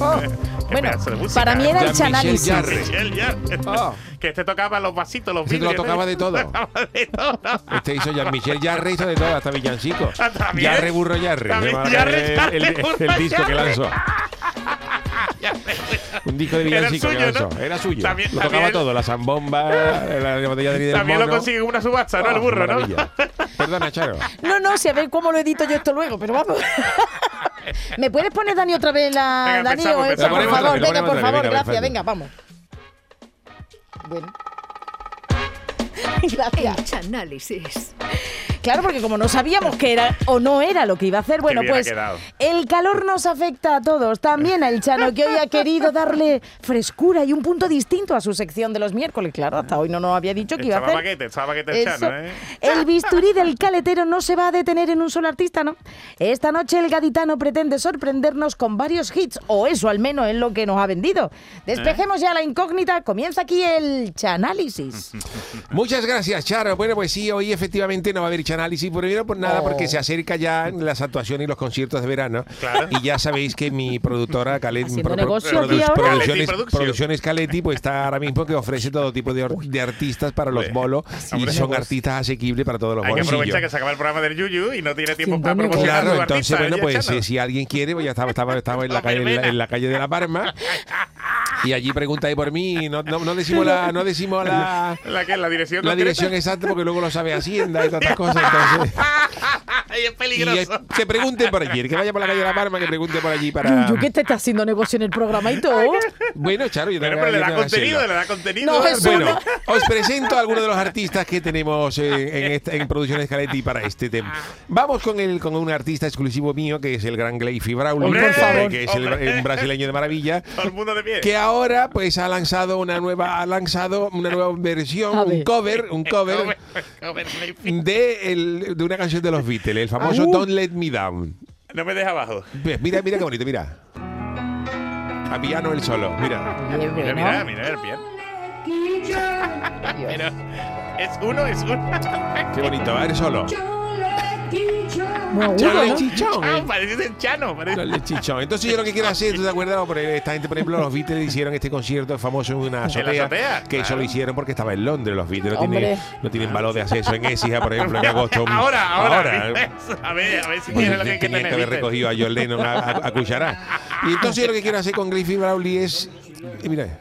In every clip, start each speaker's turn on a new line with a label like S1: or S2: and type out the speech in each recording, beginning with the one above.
S1: Oh,
S2: Qué
S1: bueno,
S2: pedazo de música,
S1: para mí
S2: ¿eh?
S1: era el
S3: Jean-Michel
S1: chanálisis.
S3: Jarre.
S2: Michelle, ya.
S3: Oh.
S2: Que este tocaba los vasitos, los
S3: Sí, te lo
S2: vidrios. ¿eh?
S3: tocaba de todo.
S2: Tocaba de todo.
S3: Este hizo Jean-Michel Jarre, hizo de todo, hasta villancico.
S2: Ah, también.
S3: Jarre, burro, Jarre.
S2: También
S3: Se llama
S2: Jarre,
S3: el, el-
S2: Jarre, burro,
S3: el disco
S2: Jarre.
S3: que lanzó. Un disco de
S2: Era
S3: villancico que
S2: suyo,
S3: lanzó.
S2: ¿no?
S3: Era suyo.
S2: También-
S3: lo tocaba
S2: también-
S3: todo, la zambomba, la botella de vidrio.
S2: También lo consigue una subasta,
S3: Oh,
S2: ¿no? El burro, ¿no?
S3: Ah, Perdona, Charo.
S1: No, no, si a ver cómo lo edito yo esto luego, pero vamos. ¿Me puedes poner, Dani, otra vez la.
S2: Venga,
S1: Dani,
S2: empezamos,
S1: o esa,
S2: empezamos.
S1: por favor,
S2: Lo ponemos
S3: otra vez,
S1: venga,
S3: lo
S1: por
S3: ponemos
S1: favor,
S3: otra vez,
S1: gracias,
S3: venga,
S1: venga, vamos. Bueno. gracias.
S4: El chanálisis.
S1: Claro, porque como no sabíamos que era o no era lo que iba a hacer, bueno,
S2: bien ha
S1: pues
S2: quedado.
S1: el calor nos afecta a todos, también al Chano, que hoy ha querido darle frescura y un punto distinto a su sección de los miércoles. Claro, hasta hoy no nos había dicho que iba a
S2: Estaba
S1: hacer.
S2: paquete, estaba paquete el
S1: Eso.
S2: Chano, ¿eh?
S1: El bisturí del caletero no se va a detener en un solo artista, ¿no? Esta noche el gaditano pretende sorprendernos con varios hits, o eso al menos es lo que nos ha vendido. Despejemos ya la incógnita, comienza aquí el chanálisis.
S3: Muchas gracias, Charo. Bueno, pues sí, hoy efectivamente no va a haber análisis, primero por nada,
S1: No.
S3: porque se acerca ya las actuaciones y los conciertos de verano.
S2: Oh. Claro.
S3: Y ya sabéis que mi productora, Calet,
S1: Haciendo negocio aquí
S3: Produ-
S1: ahora.
S3: Producciones,
S2: Caletti Producción.
S3: Producciones Caletti, pues está ahora mismo que ofrece todo tipo de, or- de artistas para los
S2: Uy.
S3: bolos y
S2: Pues, Hombre. pues.
S3: son artistas asequibles para todos los
S2: Hay que
S3: bolsillos.
S2: aprovechar que se acaba el programa del Yuyu y no tiene tiempo
S1: Haciendo
S2: para
S1: negocio.
S2: promocionar
S3: Claro,
S2: a su
S3: entonces,
S2: artista,
S3: bueno,
S2: ¿eh,
S3: pues
S2: Chano?
S3: eh, si alguien quiere, pues ya estamos, estamos, estamos en, la calle, en, la, en la calle de La Palma y allí preguntáis por mí. y No, no, no decimos la, no decimos la,
S2: ¿La que ¿La dirección
S3: la
S2: concreta?
S3: dirección exacta porque luego lo sabe Hacienda y tantas cosas. Entonces,
S2: Ay, es
S3: y eh,
S2: peligroso.
S3: que pregunten por allí, el que vaya por la calle de La Palma, que pregunte por allí para.
S1: Yo que te está haciendo negocio en el programa y todo.
S3: Bueno, Charo, yo
S2: Pero, pero
S3: también
S2: le
S3: yo
S2: da
S3: tengo que
S2: contenido,
S3: hacerlo.
S2: le da contenido.
S1: No, Jesús,
S3: Bueno,
S1: Solo.
S3: os presento a algunos de los artistas que tenemos eh, en, esta- en Producciones Caletti para este tema. Vamos con el con un artista exclusivo mío, que es el gran Gleifi Braulio,
S2: Hombre,
S3: que,
S2: por favor.
S3: que es el,
S2: Hombre.
S3: un brasileño de maravilla.
S2: Todo el mundo de pie.
S3: Que ahora pues ha lanzado una nueva, ha lanzado una nueva versión,
S1: A
S3: un
S1: ver.
S3: cover, un cover de, el- de una canción de los Beatles, el famoso
S1: Ah, uh.
S3: Don't Let Me Down.
S2: No me deja abajo.
S3: Pues mira, mira qué bonito, mira. A piano el solo, mira.
S1: Bien,
S2: Mira,
S1: bueno.
S2: mira, mira el pie. Pero es uno, es uno.
S3: Qué bonito, a ver solo.
S1: Muy agudo,
S3: Chale,
S1: ¿no?
S3: chichón, eh.
S2: Ah, parece el Chano. Parece...
S3: Dale, chichón. Entonces yo lo que quiero hacer, ¿tú te acuerdas? Por ejemplo, Esta gente, por ejemplo, los Beatles hicieron este concierto famoso en una azotea.
S2: azotea?
S3: que eso
S2: Claro.
S3: lo hicieron porque estaba en Londres. Los Beatles no,
S1: Hombre.
S3: tienen, no tienen valor de acceso en Écija, por ejemplo, en agosto. eh.
S2: Ahora, ahora. A ver, a ver si tiene
S3: Pues
S2: la que
S3: tenían que
S2: tener.
S3: haber recogido a John Lennon a, a- a cuchará. Y entonces yo lo que quiero hacer con Griffith Brawley es... y Mira,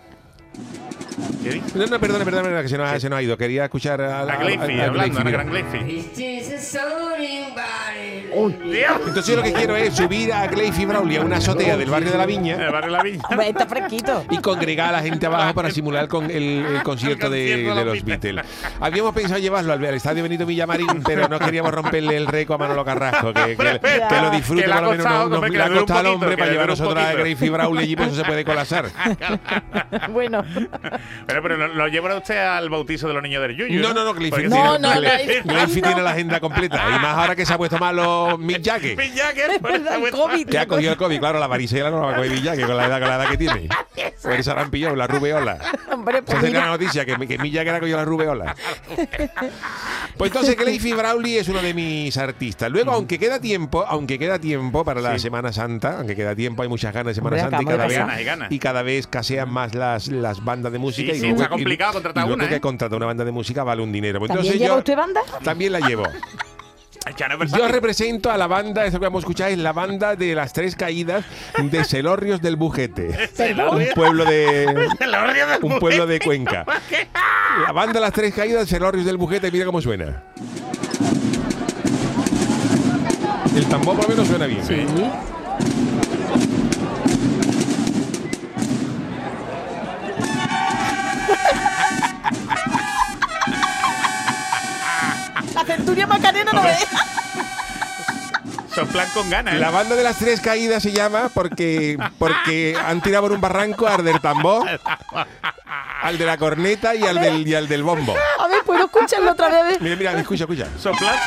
S2: ¿Qué dice?
S3: no, no, perdón, perdón, que se nos, ha- se nos ha ido. Quería escuchar a, Ah, la-
S2: A Gleffi,
S3: a- a
S2: hablando, a la
S3: Gleify.
S2: gran Gleffi.
S3: Entonces yo lo que quiero es subir a Gleifi Brawley a una azotea del barrio de la Viña.
S2: En el barrio La Viña.
S1: Hombre, está fresquito.
S3: y congregar a la gente abajo para simular con el, el concierto
S2: El concierto
S3: de,
S2: de
S3: de
S2: los
S3: los
S2: Beatles.
S3: Beatles. Habíamos pensado llevarlo al, al estadio Benito Villamarín, pero no queríamos romperle el récord a Manolo Carrasco, que, que- que lo disfrute
S2: Que le ha
S3: por lo menos.
S2: costado,
S3: no- no-
S2: hombre, que
S3: le ha
S2: le dure un
S3: costado al
S2: poquito,
S3: hombre
S2: que
S3: para
S2: le
S3: llevar
S2: dure un
S3: nosotros a
S2: poquito.
S3: Gracie Brawley allí, por eso se puede colapsar.
S1: Bueno.
S2: Pero, pero lo, lo llevará usted al bautizo de los niños del Yuyu.
S3: No, no, no, Gleifi
S2: Porque
S3: tiene,
S2: si
S1: No, no,
S3: Gle-
S1: Gleifi,
S3: Gleifi
S1: ay,
S3: tiene
S1: no.
S3: la agenda completa. Y más ahora que se ha puesto malo Mick Jagger.
S2: Mick Jagger,
S1: Es
S2: por esa
S1: verdad, el
S2: vuelta.
S1: COVID.
S3: Que ha cogido el COVID, claro, la varicela no la va a coger Mick Jagger con la edad, con la edad que tiene. O el sarampillón, la rubeola.
S1: Hombre,
S3: Esa
S1: pues
S3: sería la
S1: mira.
S3: noticia, que, que Mick Jagger ha cogido la rubeola. Pues entonces Clayfi Brawley es uno de mis artistas. Luego, aunque queda tiempo, aunque queda tiempo para la Semana Santa, aunque queda tiempo, hay muchas ganas de Semana
S1: Hombre,
S3: Santa y
S1: acabamos
S3: cada,
S1: de
S3: vez,
S2: pasar. Hay ganas.
S3: y cada vez casean más las, las bandas de música.
S2: Sí,
S3: y
S2: sí, está complicado contratar
S3: y luego
S2: una,
S3: que
S2: ¿eh?
S3: contrata una banda de música vale un dinero. Pues
S1: ¿También
S3: entonces
S1: lleva
S3: yo-
S1: usted banda?
S3: También la llevo.
S2: El Chano es
S3: Yo
S2: versátil.
S3: represento a la banda, eso que vamos a escuchar es la banda de las tres caídas de Celorrios del Bujete.
S2: Se lo
S3: Un
S2: ríe-
S3: pueblo de,
S2: se lo ríe del
S3: un pueblo de
S2: mujer.
S3: Cuenca. La banda Las Tres Caídas, Celorrios del Bujete, mira cómo suena. El tambor por lo menos suena bien.
S1: La centuria macarena no es.
S2: Son plan con ganas. ¿eh?
S3: La banda de las tres caídas se llama porque, porque han tirado por un barranco al del tambor, al de la corneta y al del, y al del bombo.
S1: A ver, ¿puedo escucharlo otra vez?
S3: Mira, mira, escucha, escucha.
S2: Soplar-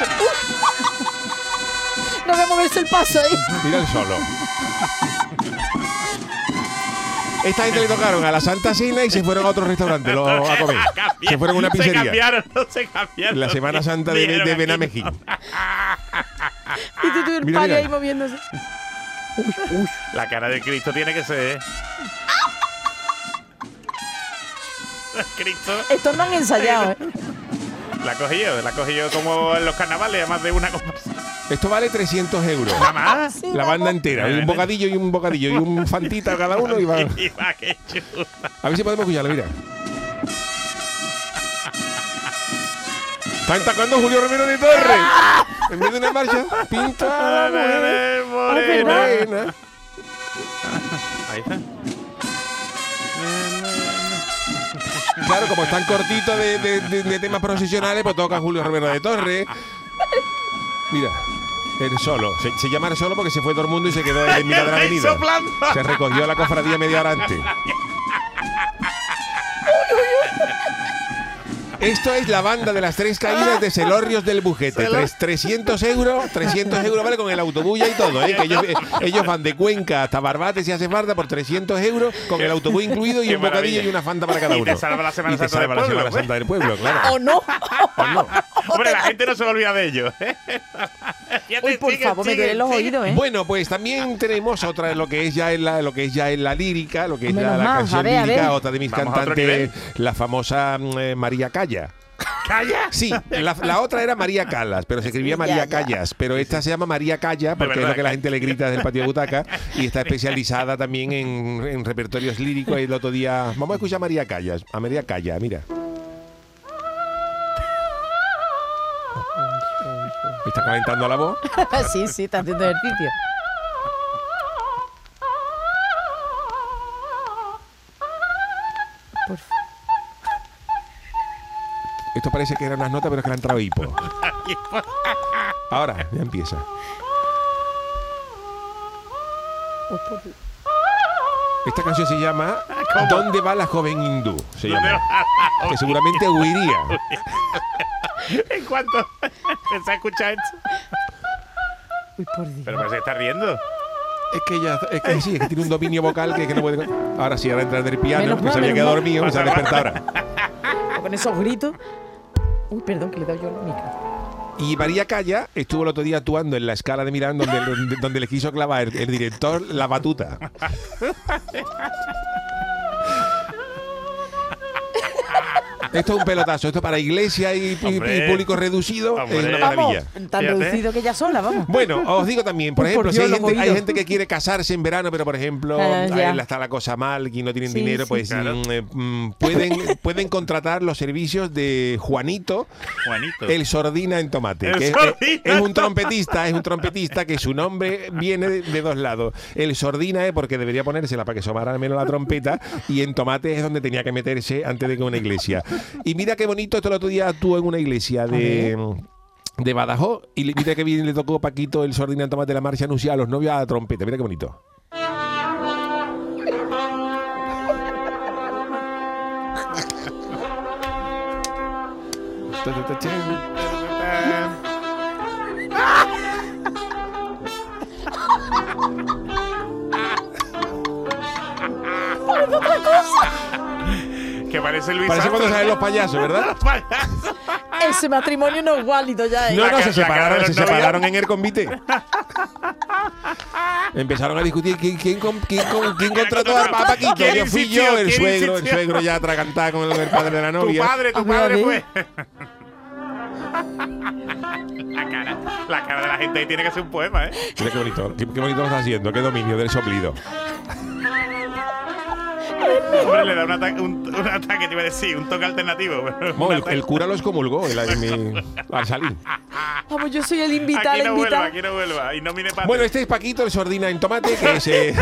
S1: No voy a moverse el paso ahí.
S3: Mira el solo. Esta gente le tocaron a la Santa Cena y se fueron a otro restaurante lo- a comer. Se fueron a una
S2: Se
S3: pizzería.
S2: cambiaron, se cambiaron.
S3: La Semana Santa de,
S2: Vieron
S3: de
S2: aquí.
S3: Benamejí.
S1: Y tú, tú el
S3: Mira,
S1: palio
S3: mira.
S1: ahí moviéndose.
S2: La cara de Cristo tiene que ser. ¿eh? Cristo.
S1: Estos no han ensayado, ¿eh?
S2: La cogí yo, la cogí yo como en los carnavales, además de una cosa.
S3: Esto vale 300 euros.
S2: Nada más.
S1: Sí,
S3: La
S1: vamos.
S3: banda entera. Y un bocadillo y un bocadillo y un fantita cada uno. Y va.
S2: Y va, qué chulo.
S3: A ver si podemos escucharlo, mira. Están tocando Julio Romero de Torres. En vez de una marcha, pinta la mujer
S2: Morena.
S3: morena.
S2: Ahí está.
S3: Claro, como están cortitos de, de- de- de temas profesionales, pues toca Julio Romero de Torres. Mira, el solo. Se, se llama el solo porque se fue todo el mundo y se quedó en mitad de la
S2: Estoy
S3: avenida.
S2: soplando.
S3: Se recogió la cofradía media hora antes. Esto es la banda de las tres caídas de Celorrios del Bujete. Tres- 300 euros, 300 euros vale con el autobulla y todo. ¿eh? Que ellos, eh, ellos van de Cuenca hasta Barbate si hace falta por 300 euros con el autobús incluido y
S2: Qué
S3: un bocadillo
S2: maravilla.
S3: y una fanta para cada
S2: Y
S3: uno.
S2: te salva la Semana
S3: Y te
S2: Santa del
S3: salva la
S2: pueblo,
S3: Semana
S2: pues.
S3: Santa del pueblo, claro.
S1: ¿O no?
S2: Hombre, la gente no se lo olvida de ellos. ¿eh? Ya te
S1: Uy, por
S2: sigue,
S1: favor, me
S2: sigue,
S1: duelen los
S2: sigue.
S1: oídos, ¿eh?
S3: Bueno, pues también tenemos otra de lo que es ya en la, lo que es ya en la lírica, lo que es
S1: Menos
S3: ya la
S1: mal,
S3: canción
S1: a ver, a
S3: lírica,
S1: ver.
S3: otra de mis
S2: Vamos a otro
S3: cantantes, la famosa mm, eh, María Calla.
S2: ¡Calla!
S3: Sí, la, la otra era María Calas, pero se escribía
S1: ya.
S3: María Callas, pero esta se llama María Calla porque es
S2: verdad.
S3: lo que la gente le grita desde el patio de butaca y está especializada también en, en repertorios líricos. El otro día, vamos a escuchar a María Callas, a María Calla, mira. ¿Me está calentando la voz?
S1: sí, sí, está haciendo ejercicio. Por fa-
S3: Esto parece que eran unas notas, pero es que le ha entrado hipo. Ahora, ya empieza. Esta canción se llama ¿Dónde va la joven hindú? Se
S2: ¿Dónde
S3: llama.
S2: va?
S3: Que seguramente huiría.
S2: En cuanto empecé a escuchar esto.
S1: Uy, por Dios.
S2: Pero parece que está riendo.
S3: Es que ella, es que sí, es que tiene un dominio vocal que, que no puede. con- Ahora sí, ahora entra en el piano,
S1: Menos
S3: porque
S1: mal,
S3: se había
S1: menos
S3: quedado
S1: mal.
S3: dormido, se ha despertado ahora.
S1: Con esos gritos. Uy, perdón, que le he dado yo el micro.
S3: Y María Calla estuvo el otro día actuando en la escala de Milán donde, donde, donde le quiso clavar el, el director la batuta. Esto es un pelotazo, esto para iglesia y, y- y
S2: Hombre.
S3: público reducido es
S2: Hombre.
S3: una
S1: Vamos,
S3: maravilla.
S1: tan
S2: Fíjate.
S1: reducido que ya sola, vamos.
S3: Bueno, os digo también, por
S1: Por
S3: ejemplo, si
S1: Dios,
S3: hay,
S1: los
S3: gente, hay
S1: oídos.
S3: gente que quiere casarse en verano, pero por ejemplo,
S1: Ah,
S3: ahí
S1: ya.
S3: la- está la cosa mal y no tienen
S1: Sí,
S3: dinero,
S1: sí.
S3: pues
S2: Claro.
S3: mm, eh, mm, pueden, pueden contratar los servicios de Juanito,
S2: Juanito.
S3: el sordina en tomate.
S2: El
S3: que es,
S2: sordina
S3: es-
S2: en
S3: es un
S2: tomate.
S3: trompetista, es un trompetista que su nombre viene de, de dos lados. El sordina es porque debería ponérsela para que sonara al menos la trompeta y en tomate es donde tenía que meterse antes de que una iglesia. Y mira qué bonito esto el otro día actuó en una iglesia de... De Badajoz, y le- mira que bien le tocó Paquito el sordina en tomate de la marcha anunciar a los novios a la trompeta. Mira qué bonito.
S2: Que parece Luis
S3: Parece
S2: Santos.
S3: cuando salen los payasos, ¿verdad?
S2: payasos.
S1: Ese matrimonio no es válido ya. ¿eh?
S3: No,
S2: La
S3: no,
S2: ca-
S3: se
S2: la cara
S3: separaron,
S2: de
S3: se
S2: los novios.
S3: separaron en el convite. Empezaron a discutir quién, quién, con- quién, con- quién contrató a a Paquito.
S2: ¿Quién
S3: Yo fui
S2: insistió?
S3: yo, el
S2: ¿Quién
S3: suegro, el
S2: insistió?
S3: suegro ya atragantado con el, el padre de la
S2: Tu
S3: novia. Ah,
S2: padre, tu
S1: Hombre, a
S2: padre pues.
S1: ver.
S2: fue. La cara, la cara de la gente ahí tiene que ser un poema, ¿eh?
S3: Mira qué bonito, qué, qué bonito lo está haciendo, qué dominio del soplido.
S2: Hombre, le da un ataque, un, un ataque, te iba a decir, un toque alternativo. pero un
S3: Bueno, el,
S2: ataque.
S3: el cura los comulgó el- el- mi- al salir.
S1: Vamos, yo soy el invitado,
S2: aquí
S1: el
S2: no
S1: invitado.
S2: vuelva, aquí no vuelva. Y no mire para
S3: Bueno, este es Paquito, el sordina en tomate, que es eh,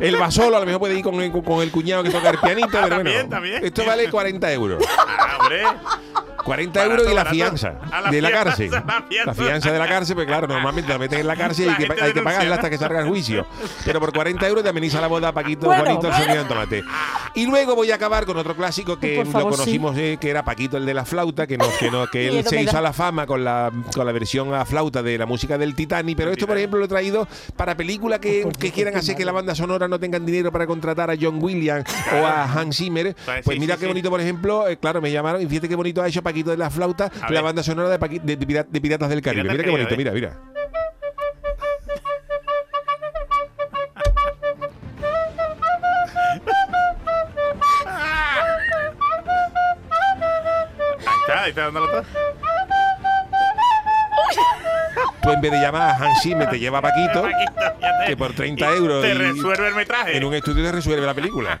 S3: el basolo, a lo mejor puede ir con, el- con el cuñado que toca el pianito, pero bueno,
S2: También, también.
S3: esto vale 40 euros.
S2: Ah, hombre.
S3: 40
S2: Barato,
S3: euros y la
S2: barato.
S3: fianza
S2: A la
S3: de la
S2: fianza,
S3: cárcel.
S2: la fianza.
S3: La fianza de la cárcel, pues claro, normalmente la meten en la cárcel
S2: La
S3: y que,
S2: gente
S3: hay que
S2: denuncia.
S3: pagarla hasta que salga el juicio. Pero por 40 euros te ameniza la boda Paquito,
S1: Bueno,
S3: Juanito, el
S1: bueno.
S3: sonido en tomate. Y luego voy a acabar con otro clásico que
S1: Por
S3: lo
S1: favor,
S3: conocimos, eh, que era Paquito el de la flauta, que, no, que, no, que él
S1: Miedo
S3: se
S1: me
S3: hizo
S1: da.
S3: a la fama con la, con la versión a flauta de la música del Titanic. Pero esto, por ejemplo, lo he traído para películas que, que quieran hacer que la banda sonora no tengan dinero para contratar a John Williams o a Hans Zimmer.
S2: Pues
S3: Pues
S2: sí,
S3: mira
S2: sí,
S3: qué
S2: sí.
S3: bonito por ejemplo, eh, claro, me llamaron y fíjate qué bonito ha hecho Paquito de la flauta
S2: A
S3: la
S2: ver.
S3: banda sonora de, Paqui- de- de
S2: eh.
S3: Pira- de Piratas del Caribe.
S2: Piratas
S3: mira qué
S2: del
S3: bonito,
S2: Caribe,
S3: mira, mira.
S2: ¿Dice dónde lo está?
S3: Tú en vez de llamar a Hans Zimmer te lleva a Paquito,
S2: Paquito, ya te-
S3: que por 30
S2: y
S3: euros
S2: Te
S3: y-
S2: resuelve el metraje.
S3: en un estudio te resuelve la película.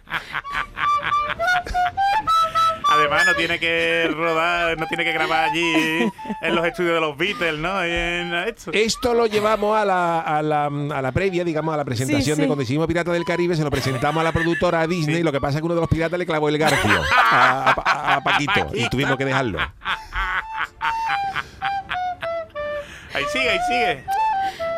S2: Además, no tiene que rodar, no tiene que grabar allí en los estudios de los Beatles, ¿no? Y en esto.
S3: Esto lo llevamos a la, a la, a la previa, digamos, a la presentación
S4: Sí, sí.
S3: de cuando hicimos Pirata del Caribe, se lo presentamos a la productora a Disney. Lo que pasa es que uno de los piratas le clavó el garfio a, a- a Paquito y tuvimos que dejarlo.
S2: Ahí sigue, ahí sigue.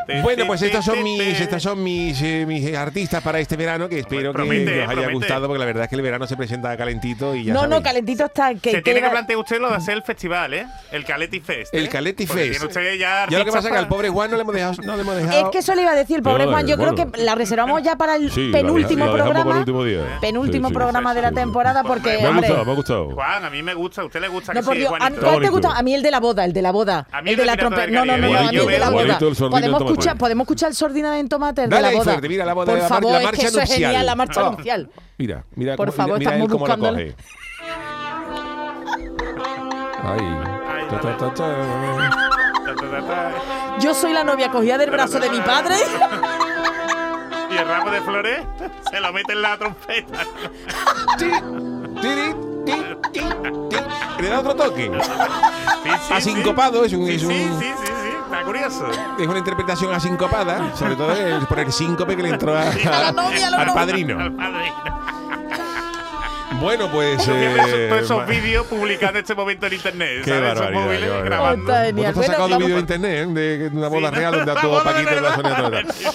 S2: Te-
S3: Bueno,
S2: te-
S3: pues
S2: te-
S3: estas
S2: te-
S3: son mis,
S2: te-
S3: estas son mis, eh, mis artistas para este verano que espero
S2: promete,
S3: que os haya
S2: promete.
S3: gustado porque la verdad es que el verano se presenta calentito y ya
S1: no, no,
S3: sabéis.
S1: calentito está. Que,
S2: Se tiene que
S1: queda-
S2: plantear usted lo de hacer el festival, ¿eh? El Caleti Fest.
S3: El
S2: ¿eh?
S3: Caleti
S2: Porque
S3: Fest.
S2: tiene usted ya
S3: Ya lo que
S2: artistas
S3: pasa es que al
S2: para-
S3: pobre Juan no le hemos dejado. No le hemos
S1: Es
S3: dejado
S1: que eso le iba a decir, pobre
S5: No,
S1: Juan. Yo
S5: bueno.
S1: creo que la reservamos ya para el
S5: Sí, la-
S1: penúltimo
S5: la dejamos
S1: programa.
S5: para el último día.
S1: penúltimo
S5: Sí, sí,
S1: programa
S5: sí,
S1: de la
S5: sí.
S1: temporada,
S5: Me
S1: porque.
S5: ha
S1: hombre,
S5: gustado, me ha gustado.
S2: Juan, a mí me gusta, a usted le gusta
S1: No,
S2: que
S1: por
S2: sí,
S1: Dios. ¿A-
S2: Juanito.
S5: Está
S1: ¿Cuál te
S5: bonito.
S1: gusta? A mí el de la boda, el de la boda.
S2: A mí
S1: El
S2: el
S1: de la
S2: de Pirata
S1: trompeta.
S2: del
S1: No, no, no,
S2: Caribe.
S1: no, a mí
S5: Bonito,
S1: el de la boda.
S5: bonito el sordino
S1: Podemos
S5: de tomate.
S1: escuchar, podemos escuchar sordina en tomate, el de
S3: Dale
S1: la
S3: ahí
S1: boda.
S3: fuerte, mira la boda,
S1: Por
S3: la mar-
S1: favor,
S3: la
S1: es que
S3: marcha
S1: eso es
S3: nupcial.
S1: genial, la marcha
S3: Ah.
S1: nupcial.
S3: Mira, mira,
S1: Por
S3: cómo-
S1: favor,
S3: mira
S1: estamos
S3: él cómo lo
S1: buscándolo.
S3: coge. Ay. Ta, ta, ta, ta.
S2: Ta, ta, ta, ta.
S1: Yo soy la novia cogida del brazo de mi padre.
S2: Y el ramo de flores se lo mete en la trompeta.
S3: Ti, tiri, ti, ti, ti. Le da otro toque.
S2: Sí, sí,
S3: Asincopado,
S2: sí.
S3: es un-
S2: Sí,
S3: es un-
S2: sí, sí, sí, sí, está curioso.
S3: Es una interpretación asincopada, sobre todo el- por el síncope que le entró a-
S1: la novia, a la
S3: al
S1: novia.
S3: padrino.
S2: Al padrino.
S3: Bueno, pues.
S2: Yo
S3: eh,
S2: me asunto esos
S3: ma-
S2: vídeos publicados en este momento en internet.
S3: Qué
S2: ¿sabes? Esos
S3: barbaridad,
S2: móviles
S3: qué barbaridad.
S2: grabando.
S1: Está
S3: Vosotros
S1: genial.
S3: has pues, sacado
S1: Bueno,
S3: de un vídeo de
S1: vamos-
S3: internet ¿eh? de de una boda
S2: Sí.
S3: real donde a
S2: La
S3: todo
S2: boda
S3: Paquito
S2: de
S3: en la
S2: verdad.
S3: zona de Toledo.